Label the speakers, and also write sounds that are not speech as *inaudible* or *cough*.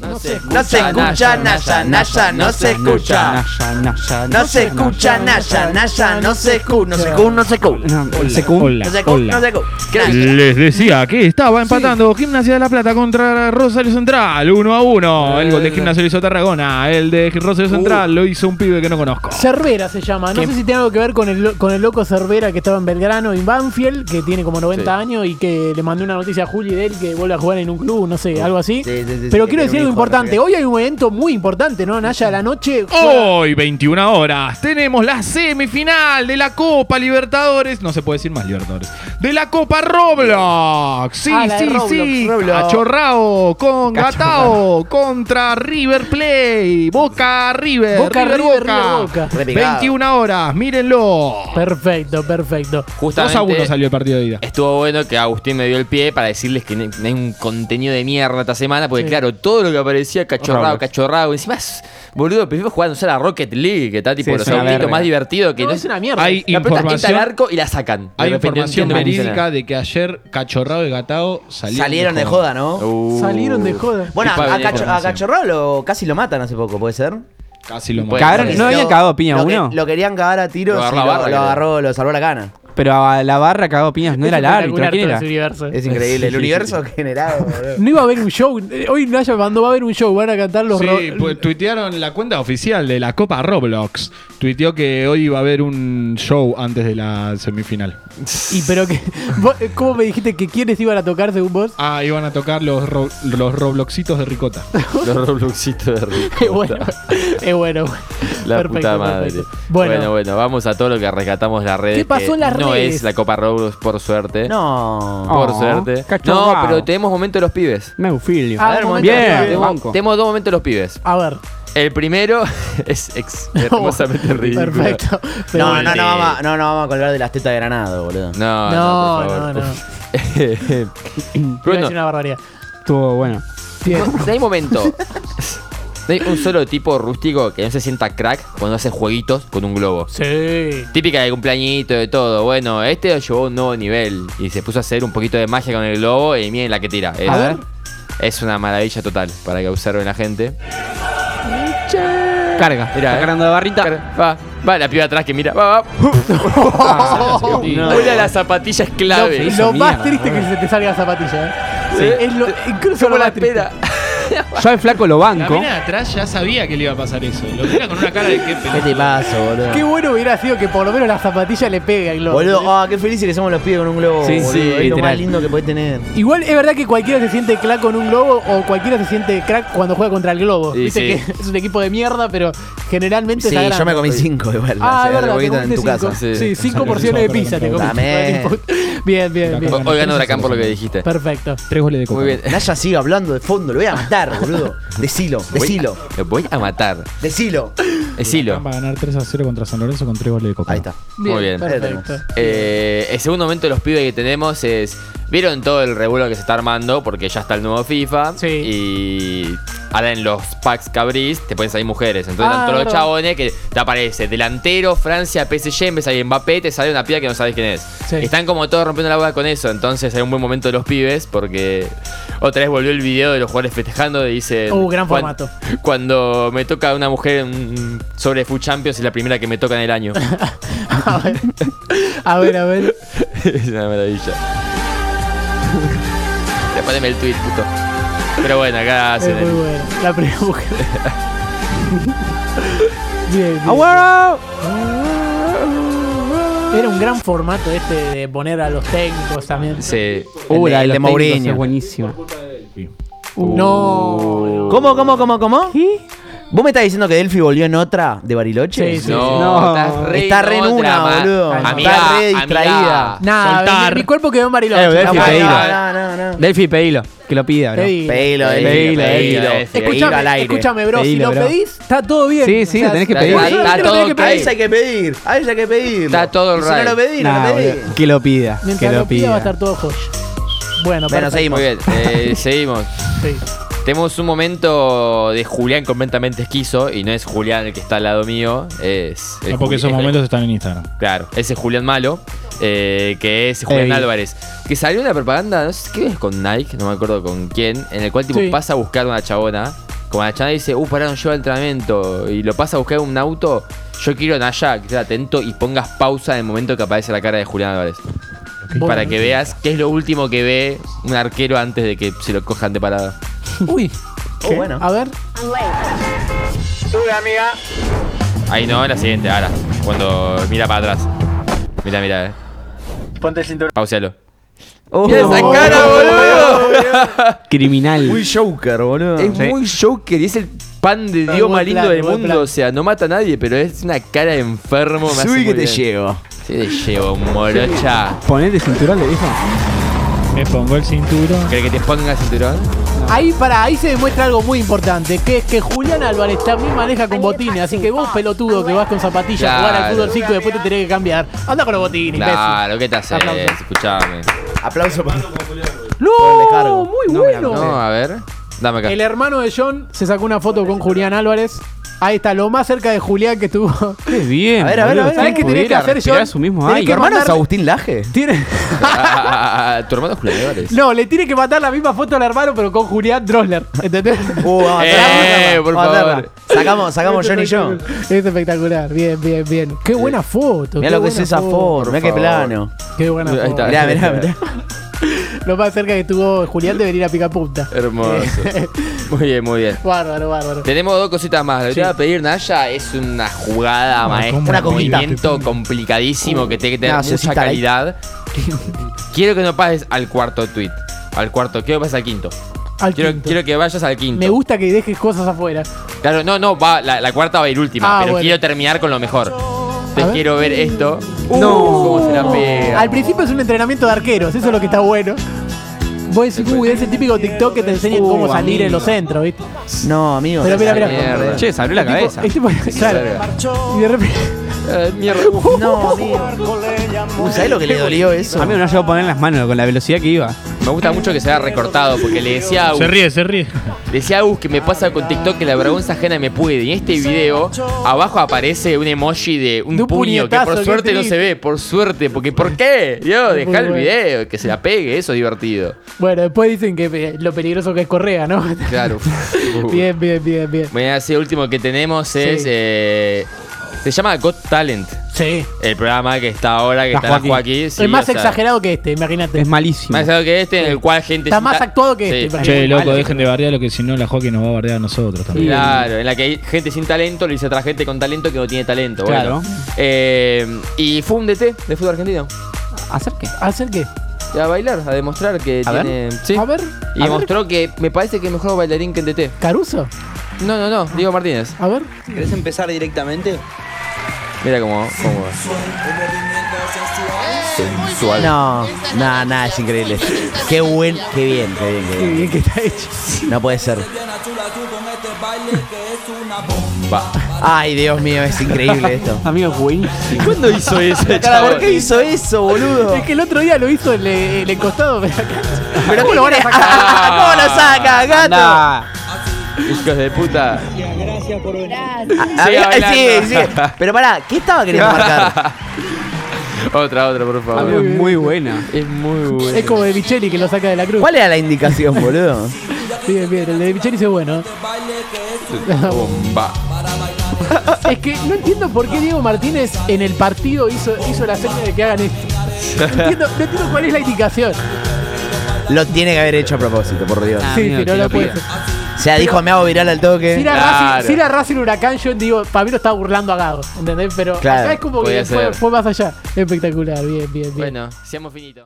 Speaker 1: No se escucha Naya, Naya, no se escucha. No se escucha Naya, Naya, no se escucha. No se escucha, no se escucha.
Speaker 2: No,
Speaker 3: Secún.
Speaker 2: Hola,
Speaker 1: No se escucha,
Speaker 2: hola.
Speaker 1: no se escucha.
Speaker 2: Les decía que estaba empatando Gimnasia de la Plata contra Rosario Central, 1 a 1. El gol
Speaker 3: Eh.
Speaker 2: de Gimnasia lo hizo Tarragona, el de Rosario
Speaker 3: Uh.
Speaker 2: Central lo hizo un pibe que no conozco.
Speaker 3: Cervera se llama. No
Speaker 2: ¿Qué?
Speaker 3: sé si tiene algo que ver con el, lo- con el loco Cervera que estaba en Belgrano y en Banfield, que tiene como 90
Speaker 1: Sí.
Speaker 3: años y que le mandé una noticia a Juli de él que vuelve a jugar en un club, no sé, algo así.
Speaker 1: Sí, sí, sí, sí,
Speaker 3: Pero
Speaker 1: que
Speaker 3: quiero
Speaker 1: tiene
Speaker 3: decir
Speaker 1: un
Speaker 3: algo
Speaker 1: hijo,
Speaker 3: importante.
Speaker 1: no
Speaker 3: Hoy hay un evento muy importante, ¿no? Naya, a la noche.
Speaker 2: Oh.
Speaker 3: juega-
Speaker 2: Hoy, 21 horas, tenemos la semifinal de la Copa Libertadores. No se puede decir más Libertadores. De la Copa Roblox. Sí,
Speaker 3: Ah, la de
Speaker 2: sí,
Speaker 3: Roblox,
Speaker 2: sí.
Speaker 1: Roblox.
Speaker 2: Cachorrao con Gatao contra River Play. Boca River.
Speaker 3: Boca,
Speaker 2: River,
Speaker 3: River, River,
Speaker 2: Boca.
Speaker 3: Boca.
Speaker 1: Repegado.
Speaker 2: 21 horas, mírenlo.
Speaker 3: Perfecto, perfecto.
Speaker 2: 2 a 1
Speaker 4: Justamente
Speaker 2: salió el partido de ida.
Speaker 4: estuvo bueno que Agustín me dio el pie para decirles que no hay un contenido de mierda esta semana, porque
Speaker 3: Sí.
Speaker 4: claro, todo lo que aparecía cachorrado,
Speaker 5: Roblox.
Speaker 4: cachorrado, encima es, boludo, prefiero jugando a la Rocket League, que está tipo
Speaker 5: Sí, es
Speaker 4: los
Speaker 5: una
Speaker 4: autitos
Speaker 5: verga.
Speaker 4: más divertido que
Speaker 3: No,
Speaker 4: no,
Speaker 3: es una mierda.
Speaker 2: Hay
Speaker 4: La pelota entra al
Speaker 2: información.
Speaker 4: arco y la sacan. De
Speaker 2: Hay
Speaker 4: repente, no
Speaker 2: información
Speaker 4: entiendo cómo funciona.
Speaker 2: verídica de que ayer Cachorrado y Gatao salieron,
Speaker 1: Salieron de joda, ¿no?
Speaker 4: Uh.
Speaker 3: Salieron de joda.
Speaker 1: Bueno,
Speaker 4: Tipo,
Speaker 1: a, a
Speaker 4: venía
Speaker 1: Cacho-
Speaker 4: con
Speaker 1: a
Speaker 2: Francia.
Speaker 1: Cachorro lo- casi lo matan hace poco, ¿puede ser?
Speaker 2: Casi lo
Speaker 4: Puede
Speaker 2: mataron.
Speaker 5: Cagaron- no habían
Speaker 1: Lo-
Speaker 5: cagado a piña
Speaker 1: lo
Speaker 5: uno,
Speaker 1: que- Lo querían cagar a tiros
Speaker 4: Lo
Speaker 1: y
Speaker 4: agarró la
Speaker 1: lo,
Speaker 4: barra,
Speaker 1: lo
Speaker 4: creo.
Speaker 1: agarró, lo salvó la gana.
Speaker 5: pero a la barra cagó a piñas, no
Speaker 3: Este Es
Speaker 5: era el árbitro,
Speaker 3: espectacular
Speaker 5: ¿quién
Speaker 3: todo
Speaker 5: era?
Speaker 3: ese universo.
Speaker 1: Es increíble. El universo generado, *laughs* boludo.
Speaker 3: No iba a haber un show. Eh, Hoy Naya mandó, va a haber un show. Van a cantar los
Speaker 2: Sí,
Speaker 3: ro-
Speaker 2: pues, tuitearon la cuenta oficial de la Copa Roblox. Tuiteó que hoy iba a haber un show antes de la semifinal.
Speaker 3: Y pero que. vos, eh, ¿Cómo me dijiste que quiénes iban a tocar según vos?
Speaker 2: Ah, iban a tocar los, ro- los Robloxitos de Ricota.
Speaker 4: Los Robloxitos *laughs* de Rico.
Speaker 3: *laughs* Es bueno. Es bueno.
Speaker 4: La
Speaker 3: Perfecto,
Speaker 4: puta madre.
Speaker 3: perfecto.
Speaker 4: Bueno.
Speaker 3: Bueno.
Speaker 4: bueno, vamos a todo lo que rescatamos de las redes.
Speaker 3: ¿Qué pasó
Speaker 4: que
Speaker 3: en las
Speaker 4: no
Speaker 3: redes?
Speaker 4: es la Copa Roblox, por suerte.
Speaker 1: No.
Speaker 4: Por
Speaker 5: Oh,
Speaker 4: suerte.
Speaker 5: cachorrao.
Speaker 4: No, pero tenemos momento de los pibes.
Speaker 5: Me eufilio.
Speaker 3: Ah,
Speaker 1: ver,
Speaker 3: un momento,
Speaker 5: bien.
Speaker 3: a ver.
Speaker 5: Banco.
Speaker 4: Tenemos, tenemos dos momentos de los pibes.
Speaker 3: A ver.
Speaker 4: El primero *laughs*
Speaker 3: *laughs*
Speaker 4: es ex- hermosamente ridículo.
Speaker 3: Perfecto. Pero
Speaker 1: No,
Speaker 3: bueno.
Speaker 1: no, no, vamos, a- no, no vamos a colgar de las tetas de Granado, boludo.
Speaker 4: No,
Speaker 3: No,
Speaker 4: no, por
Speaker 3: no,
Speaker 4: favor.
Speaker 3: no. Iba
Speaker 4: *laughs*
Speaker 3: a
Speaker 4: Bruno,
Speaker 3: decir una barbaridad.
Speaker 5: Estuvo bueno.
Speaker 4: no, no hay momento. No *laughs* hay un solo tipo rústico que no se sienta crack cuando hace jueguitos con un globo.
Speaker 3: Sí.
Speaker 4: Típica de cumpleañito, de todo. Bueno, este lo llevó a un nuevo nivel y se puso a hacer un poquito de magia con el globo y miren la que tira. Es,
Speaker 5: A ver.
Speaker 4: es una maravilla total para que observen la gente.
Speaker 5: Carga.
Speaker 4: Mirá, eh.
Speaker 5: Está cargando la barrita.
Speaker 4: Va, va, la piba atrás que mira. Va, va.
Speaker 3: *laughs*
Speaker 4: *laughs* Una de las zapatillas clave.
Speaker 5: No,
Speaker 3: Lo
Speaker 5: Esa
Speaker 3: más
Speaker 5: mierda,
Speaker 3: triste que se te salga zapatilla. ¿eh?
Speaker 4: Sí.
Speaker 3: Es lo, incluso
Speaker 4: Como
Speaker 3: lo
Speaker 4: la
Speaker 3: más triste.
Speaker 4: espera.
Speaker 5: Yo al flaco lo
Speaker 2: La
Speaker 5: banco.
Speaker 2: mina de atrás ya sabía que le iba a pasar eso. Lo mira con una cara de qué
Speaker 1: ¿Qué
Speaker 2: pelota.
Speaker 1: te pasa, boludo?
Speaker 3: Qué bueno hubiera sido que por lo menos la zapatilla le pegue al globo.
Speaker 1: Boludo, ah, qué felices que somos los pibes con un globo.
Speaker 5: Sí,
Speaker 1: boludo.
Speaker 5: sí,
Speaker 1: es lo más
Speaker 5: literal.
Speaker 1: lindo que podés tener.
Speaker 3: Igual es verdad que cualquiera se siente crack con un globo o cualquiera se siente crack cuando juega contra el globo.
Speaker 4: Sí,
Speaker 3: Viste
Speaker 4: sí.
Speaker 3: que es un equipo de mierda, pero generalmente
Speaker 1: Sí,
Speaker 3: se agranda.
Speaker 1: yo me comí cinco igual.
Speaker 3: Ah,
Speaker 1: hace
Speaker 3: es verdad,
Speaker 1: poquito
Speaker 3: te
Speaker 1: en tu
Speaker 3: comiste
Speaker 1: casa.
Speaker 3: cinco.
Speaker 4: Sí.
Speaker 3: Sí, cinco
Speaker 2: Sale
Speaker 3: porciones de
Speaker 2: risotto,
Speaker 3: pizza te comiste.
Speaker 1: Dame.
Speaker 3: Bien, bien, bien.
Speaker 2: Bueno,
Speaker 4: Hoy ganó Huracán por lo que dijiste.
Speaker 3: Perfecto.
Speaker 2: *laughs* Tres goles de Copa.
Speaker 4: Muy bien.
Speaker 1: Naya sigue hablando de fondo, lo voy a *laughs* matar, boludo. Decilo, decilo,
Speaker 4: Lo voy a matar.
Speaker 1: decilo.
Speaker 4: Decilo.
Speaker 2: Va a ganar 3 a 0 contra San Lorenzo con tres goles de Copa.
Speaker 1: Ahí está.
Speaker 4: Muy bien.
Speaker 3: Perfecto.
Speaker 4: Eh, el segundo momento de los pibes que tenemos es. Vieron todo el revuelo que se está armando porque ya está el nuevo FIFA.
Speaker 3: Sí.
Speaker 4: Y ahora en los packs cabrís te pueden salir mujeres. Entonces
Speaker 3: Ah,
Speaker 4: eran todos los
Speaker 3: verdad.
Speaker 4: chabones que te aparece delantero, Francia, PSG, en vez de salir Mbappé, te sale una piba que no sabes quién es.
Speaker 3: Sí.
Speaker 4: Están como todos rompiendo la boca con eso. Entonces hay un buen momento de los pibes porque otra vez volvió el video de los jugadores festejando y dice.
Speaker 3: Uh, gran
Speaker 4: "Cuan-
Speaker 3: formato. *laughs*
Speaker 4: Cuando me toca una mujer en un sobre FU Champions es la primera que me toca en
Speaker 1: *laughs*
Speaker 4: el año.
Speaker 3: A ver. A ver, a ver.
Speaker 4: es una maravilla. Repáreme el tweet, puto. Pero bueno, acá
Speaker 3: Es
Speaker 4: hacen
Speaker 3: muy
Speaker 4: el...
Speaker 3: bueno. La primera
Speaker 4: *laughs*
Speaker 3: mujer. bien, bien.
Speaker 5: ¡Agüero!
Speaker 3: Era un gran formato este de poner a los técnicos también.
Speaker 4: Sí.
Speaker 5: Uh,
Speaker 1: El
Speaker 5: la
Speaker 1: de-
Speaker 5: de,
Speaker 1: el de
Speaker 5: los técnicos
Speaker 1: Mourinho.
Speaker 5: Es buenísima.
Speaker 4: Uh.
Speaker 3: No.
Speaker 1: ¿Cómo, cómo, cómo, cómo? ¿Vos me estás diciendo que Delphi volvió en otra de Bariloche?
Speaker 3: Sí, sí.
Speaker 4: No,
Speaker 5: No.
Speaker 4: estás re
Speaker 1: Está re en una,
Speaker 4: otra, ma-
Speaker 1: boludo.
Speaker 4: Amiga,
Speaker 1: Está re
Speaker 4: amiga.
Speaker 1: distraída.
Speaker 3: Nada,
Speaker 4: Soltar.
Speaker 3: mi, mi cuerpo quedó en Bariloche.
Speaker 5: Eh,
Speaker 3: La
Speaker 5: Delphi,
Speaker 3: puta
Speaker 4: pedilo.
Speaker 3: madre.
Speaker 1: no, no, no, no.
Speaker 5: Delphi, pedilo. Que lo pida, bro.
Speaker 3: Pedilo.
Speaker 1: Pedilo, Delphi,
Speaker 5: Pedilo,
Speaker 4: pedilo.
Speaker 1: pedilo. Pedilo al
Speaker 3: Escuchame,
Speaker 1: aire.
Speaker 3: escúchame, bro. si
Speaker 5: Pedilo,
Speaker 3: lo
Speaker 5: bro.
Speaker 3: pedís, está todo bien.
Speaker 5: Sí, sí, lo tenés que
Speaker 3: si-
Speaker 5: pedir.
Speaker 3: si no lo
Speaker 4: Está
Speaker 3: tenés
Speaker 4: todo
Speaker 3: que
Speaker 1: A
Speaker 3: pedir.
Speaker 1: eso hay que pedir, a eso hay que pedir.
Speaker 4: Está todo el
Speaker 1: Si no
Speaker 4: right.
Speaker 1: lo pedí, no
Speaker 5: Nah,
Speaker 1: lo pedí.
Speaker 5: boludo, que lo pida. Que
Speaker 3: Mientras
Speaker 5: lo pida.
Speaker 3: va a estar todo joya.
Speaker 1: Bueno,
Speaker 3: Bueno, perfecto.
Speaker 4: Muy bien,
Speaker 1: *laughs*
Speaker 4: eh, seguimos.
Speaker 3: Sí.
Speaker 4: Tenemos un momento de Julián completamente esquizo y no es Julián el que está al lado mío, es... es
Speaker 2: No, porque
Speaker 4: Juli-
Speaker 2: esos
Speaker 4: es-
Speaker 2: momentos están en Instagram.
Speaker 4: Claro, ese es Julián Malo, eh, que es Julián
Speaker 5: Ey.
Speaker 4: Álvarez. Que salió una propaganda, no sé qué es con Nike, no me acuerdo con quién, en el cual tipo
Speaker 3: Sí.
Speaker 4: pasa a buscar una chabona. Como la chana dice, uh, pará, no lleva entrenamiento. Y lo pasa a buscar un auto. Yo quiero Naya, que estés atento y pongas pausa en el momento que aparece la cara de Julián Álvarez. Para que veas qué es lo último que ve un arquero antes de que se lo cojan de parada.
Speaker 5: *laughs* Uy.
Speaker 1: Oh, bueno.
Speaker 3: A ver,
Speaker 4: Ahí no, en la siguiente, ahora. Cuando mira para atrás. Mira, mira, eh.
Speaker 1: Ponte el cinturón.
Speaker 4: Pausealo.
Speaker 5: Oh.
Speaker 4: ¡Mira esa cara, boludo!
Speaker 5: Criminal.
Speaker 1: Muy Joker, boludo.
Speaker 4: Es muy Joker y es el pan de Dios
Speaker 3: buen
Speaker 4: más lindo
Speaker 3: plan,
Speaker 4: del
Speaker 3: buen
Speaker 4: mundo.
Speaker 3: plan.
Speaker 4: O sea, no mata a nadie, pero es una cara de enfermo. me hace
Speaker 1: Subí
Speaker 4: muy
Speaker 1: que te
Speaker 4: bien.
Speaker 1: llevo.
Speaker 4: Sí, te llevo, morocha.
Speaker 5: Ponete cinturón, le dijo.
Speaker 2: Me pongo el cinturón.
Speaker 4: ¿Crees que te ponga cinturón?
Speaker 3: ahí para ahí se demuestra algo muy importante, que es que Julián Álvarez también maneja con botines, así que vos pelotudo que vas con zapatillas a jugar al
Speaker 4: Claro.
Speaker 3: fútbol 5 y después te tenés que cambiar. Anda con los botines, imbécil.
Speaker 4: Claro, ¿qué te haces?
Speaker 3: Aplausos.
Speaker 4: Escuchame.
Speaker 1: Aplauso para.
Speaker 3: No,
Speaker 1: descargo.
Speaker 3: muy
Speaker 5: No me la-
Speaker 3: bueno.
Speaker 4: No, a ver. Dame acá.
Speaker 3: El hermano de John se sacó una foto con Julián Álvarez. Ahí está, lo más cerca de Julián que
Speaker 5: *laughs*
Speaker 3: estuvo.
Speaker 5: Qué bien.
Speaker 1: A ver, a ver,
Speaker 5: boludo.
Speaker 1: a ver.
Speaker 5: ¿Sabés qué
Speaker 3: Poder
Speaker 5: tenés que
Speaker 3: a
Speaker 5: hacer
Speaker 3: respirar
Speaker 5: yo?
Speaker 3: su mismo
Speaker 5: Tenés
Speaker 3: aire.
Speaker 5: que
Speaker 1: ¿Tu hermano es
Speaker 3: mandarle-
Speaker 1: Agustín Laje?
Speaker 5: tiene-
Speaker 4: *laughs* Ah, tu hermano es Julián Álvarez.
Speaker 3: No, le tiene que matar la misma foto al hermano, pero con Julián Drosler. ¿Entendés?
Speaker 1: *laughs* Uh, vamos a
Speaker 4: *laughs* Eh,
Speaker 1: hacerla,
Speaker 4: por
Speaker 1: vamos a hacerla.
Speaker 4: favor.
Speaker 1: Sacamos, sacamos John y yo.
Speaker 3: Es espectacular, bien, bien, bien. Qué buena foto.
Speaker 1: Mirá
Speaker 3: qué
Speaker 1: lo que es
Speaker 3: buena
Speaker 1: esa foto, mirá qué
Speaker 4: favor.
Speaker 1: plano.
Speaker 3: Qué buena
Speaker 4: Ahí
Speaker 3: foto.
Speaker 4: está.
Speaker 1: Mirá, *laughs* mirá, mirá.
Speaker 3: Lo más cerca que estuvo Julián de venir a Picapunta.
Speaker 4: Hermoso. Muy bien, muy bien.
Speaker 3: Bárbaro, bárbaro.
Speaker 4: Tenemos dos cositas más. Lo que te iba a pedir, Naya, es una jugada
Speaker 3: Ah,
Speaker 4: maestra,
Speaker 1: una
Speaker 4: un
Speaker 1: cosita.
Speaker 4: movimiento complicadísimo que tiene que tener
Speaker 1: Nada,
Speaker 4: mucha
Speaker 1: Sosita, ahí.
Speaker 3: *laughs*
Speaker 4: calidad. quiero que no pases al cuarto tweet. Al cuarto, quiero que pases al quinto.
Speaker 3: Al
Speaker 4: Quiero,
Speaker 3: quinto.
Speaker 4: quiero que vayas al quinto.
Speaker 3: Me gusta que dejes cosas afuera.
Speaker 4: Claro, no, no, va, la, la cuarta va a ir última,
Speaker 3: Ah,
Speaker 4: pero
Speaker 3: bueno.
Speaker 4: quiero terminar con lo mejor. Te
Speaker 3: ver.
Speaker 4: quiero ver esto. no, cómo se la pega.
Speaker 3: Oh. Al principio es un entrenamiento de arqueros, eso es lo que está bueno. Vos decís, uy, ese típico TikTok que te enseña
Speaker 1: Uh,
Speaker 3: cómo salir en
Speaker 1: amigo.
Speaker 3: los centros, ¿viste?
Speaker 1: No, amigo.
Speaker 3: Pero mira,
Speaker 4: esa
Speaker 3: mira.
Speaker 4: mierda.
Speaker 5: Che, se abrió la cabeza.
Speaker 3: Es tipo- claro. Y de repente. *laughs*
Speaker 4: Eh, mierda.
Speaker 1: No, amigo. Uh, ¿Sabés lo que le dolió eso?
Speaker 5: A mí no llegó a poner las manos con la velocidad que iba.
Speaker 4: Me gusta mucho que se haya recortado porque le decía a Agus,
Speaker 2: Se ríe, se ríe.
Speaker 4: le decía a Agus que me pasa con TikTok que la vergüenza ajena me puede. Y en este video abajo aparece un emoji de un,
Speaker 3: De un
Speaker 4: puño que
Speaker 3: puñetazo,
Speaker 4: por
Speaker 3: qué
Speaker 4: suerte no se
Speaker 3: triste.
Speaker 4: ve, por suerte, porque ¿por qué? Dios,
Speaker 3: Muy
Speaker 4: dejá el
Speaker 3: bueno.
Speaker 4: video, que se la pegue, eso es divertido.
Speaker 3: Bueno, después dicen que eh, lo peligroso que es Correa, ¿no?
Speaker 4: *laughs* Claro.
Speaker 3: Bien, bien, bien, bien.
Speaker 4: Bueno, así el último que tenemos es.
Speaker 3: Sí.
Speaker 4: eh, se llama Got Talent.
Speaker 3: Sí.
Speaker 4: El programa que está ahora, que
Speaker 5: La
Speaker 4: está en
Speaker 5: Joaquín.
Speaker 4: la Joaquín. sí,
Speaker 3: es más
Speaker 4: o sea,
Speaker 3: exagerado que este, imagínate.
Speaker 5: Es malísimo.
Speaker 4: Más exagerado que este, en el cual gente.
Speaker 3: Está más actuado que este, parece.
Speaker 2: Che, loco, dejen de bardear lo que si no la Joaquín nos va a bardear a nosotros también.
Speaker 4: Claro, en la que hay gente sin talento, le dice a otra gente con talento que no tiene talento.
Speaker 5: Claro.
Speaker 4: Bueno. Eh, y fue un DT de fútbol argentino.
Speaker 5: ¿Hacer qué?
Speaker 3: ¿Hacer qué?
Speaker 4: A bailar, a demostrar que
Speaker 1: A ver.
Speaker 4: tiene. Sí.
Speaker 3: A ver.
Speaker 4: Y
Speaker 3: a ver,
Speaker 4: mostró que me parece que es mejor bailarín que en DT.
Speaker 3: Caruso.
Speaker 4: No, no, no, Diego Martínez.
Speaker 3: A ver.
Speaker 6: ¿Querés empezar directamente?
Speaker 4: Mira cómo. cómo va. Sensual.
Speaker 1: No, nada, nada, es increíble. Qué buen, qué bien, qué bien, qué
Speaker 3: Qué
Speaker 1: bien.
Speaker 3: bien que está hecho.
Speaker 1: No puede ser.
Speaker 4: Va.
Speaker 1: Ay, Dios mío, es increíble esto.
Speaker 5: Amigo, güey.
Speaker 4: *laughs* ¿Cuándo hizo eso?
Speaker 1: Cara, ¿por qué hizo eso, boludo?
Speaker 3: Es que el otro día lo hizo el, eh, el encostado. pero acá-
Speaker 1: ¿Pero cómo lo van a sacar? *laughs*
Speaker 4: Ah,
Speaker 1: ¿Cómo lo saca, gato?
Speaker 5: Nah.
Speaker 4: *laughs* Hijos de puta.
Speaker 1: Ah,
Speaker 4: Siga
Speaker 1: ah, sí,
Speaker 4: bailando.
Speaker 1: sí. Pero pará, ¿qué estaba *laughs* queriendo marcar?
Speaker 4: *laughs* Otra, otra, por favor.
Speaker 5: Amigo, es muy buena.
Speaker 4: Es muy
Speaker 3: Es
Speaker 4: bueno.
Speaker 3: como de Micheli que lo saca de la cruz.
Speaker 1: ¿Cuál era la indicación, boludo?
Speaker 3: Bien, bien, el de Micheli es bueno.
Speaker 4: Bomba. Ah.
Speaker 3: Es que no entiendo por qué Diego Martínez en el partido hizo, hizo la seña de que hagan esto. No entiendo, no entiendo cuál es la indicación.
Speaker 1: Lo tiene que haber hecho a propósito, por Dios.
Speaker 5: Ah,
Speaker 3: sí,
Speaker 5: amigo,
Speaker 3: sí, no
Speaker 5: que
Speaker 3: lo
Speaker 5: lo
Speaker 3: puede
Speaker 5: pida.
Speaker 3: ser.
Speaker 1: O sea, dijo, me hago viral al
Speaker 3: Si
Speaker 1: toque.
Speaker 3: era,
Speaker 4: Claro.
Speaker 3: Racing, si era Racing Huracán, yo digo, para mí lo estaba burlando a Gago, ¿entendés? Pero
Speaker 1: Claro,
Speaker 3: acá es como
Speaker 4: podía
Speaker 3: que fue,
Speaker 4: ser.
Speaker 3: fue más allá. Espectacular, bien, bien, bien.
Speaker 4: Bueno, seamos finitos.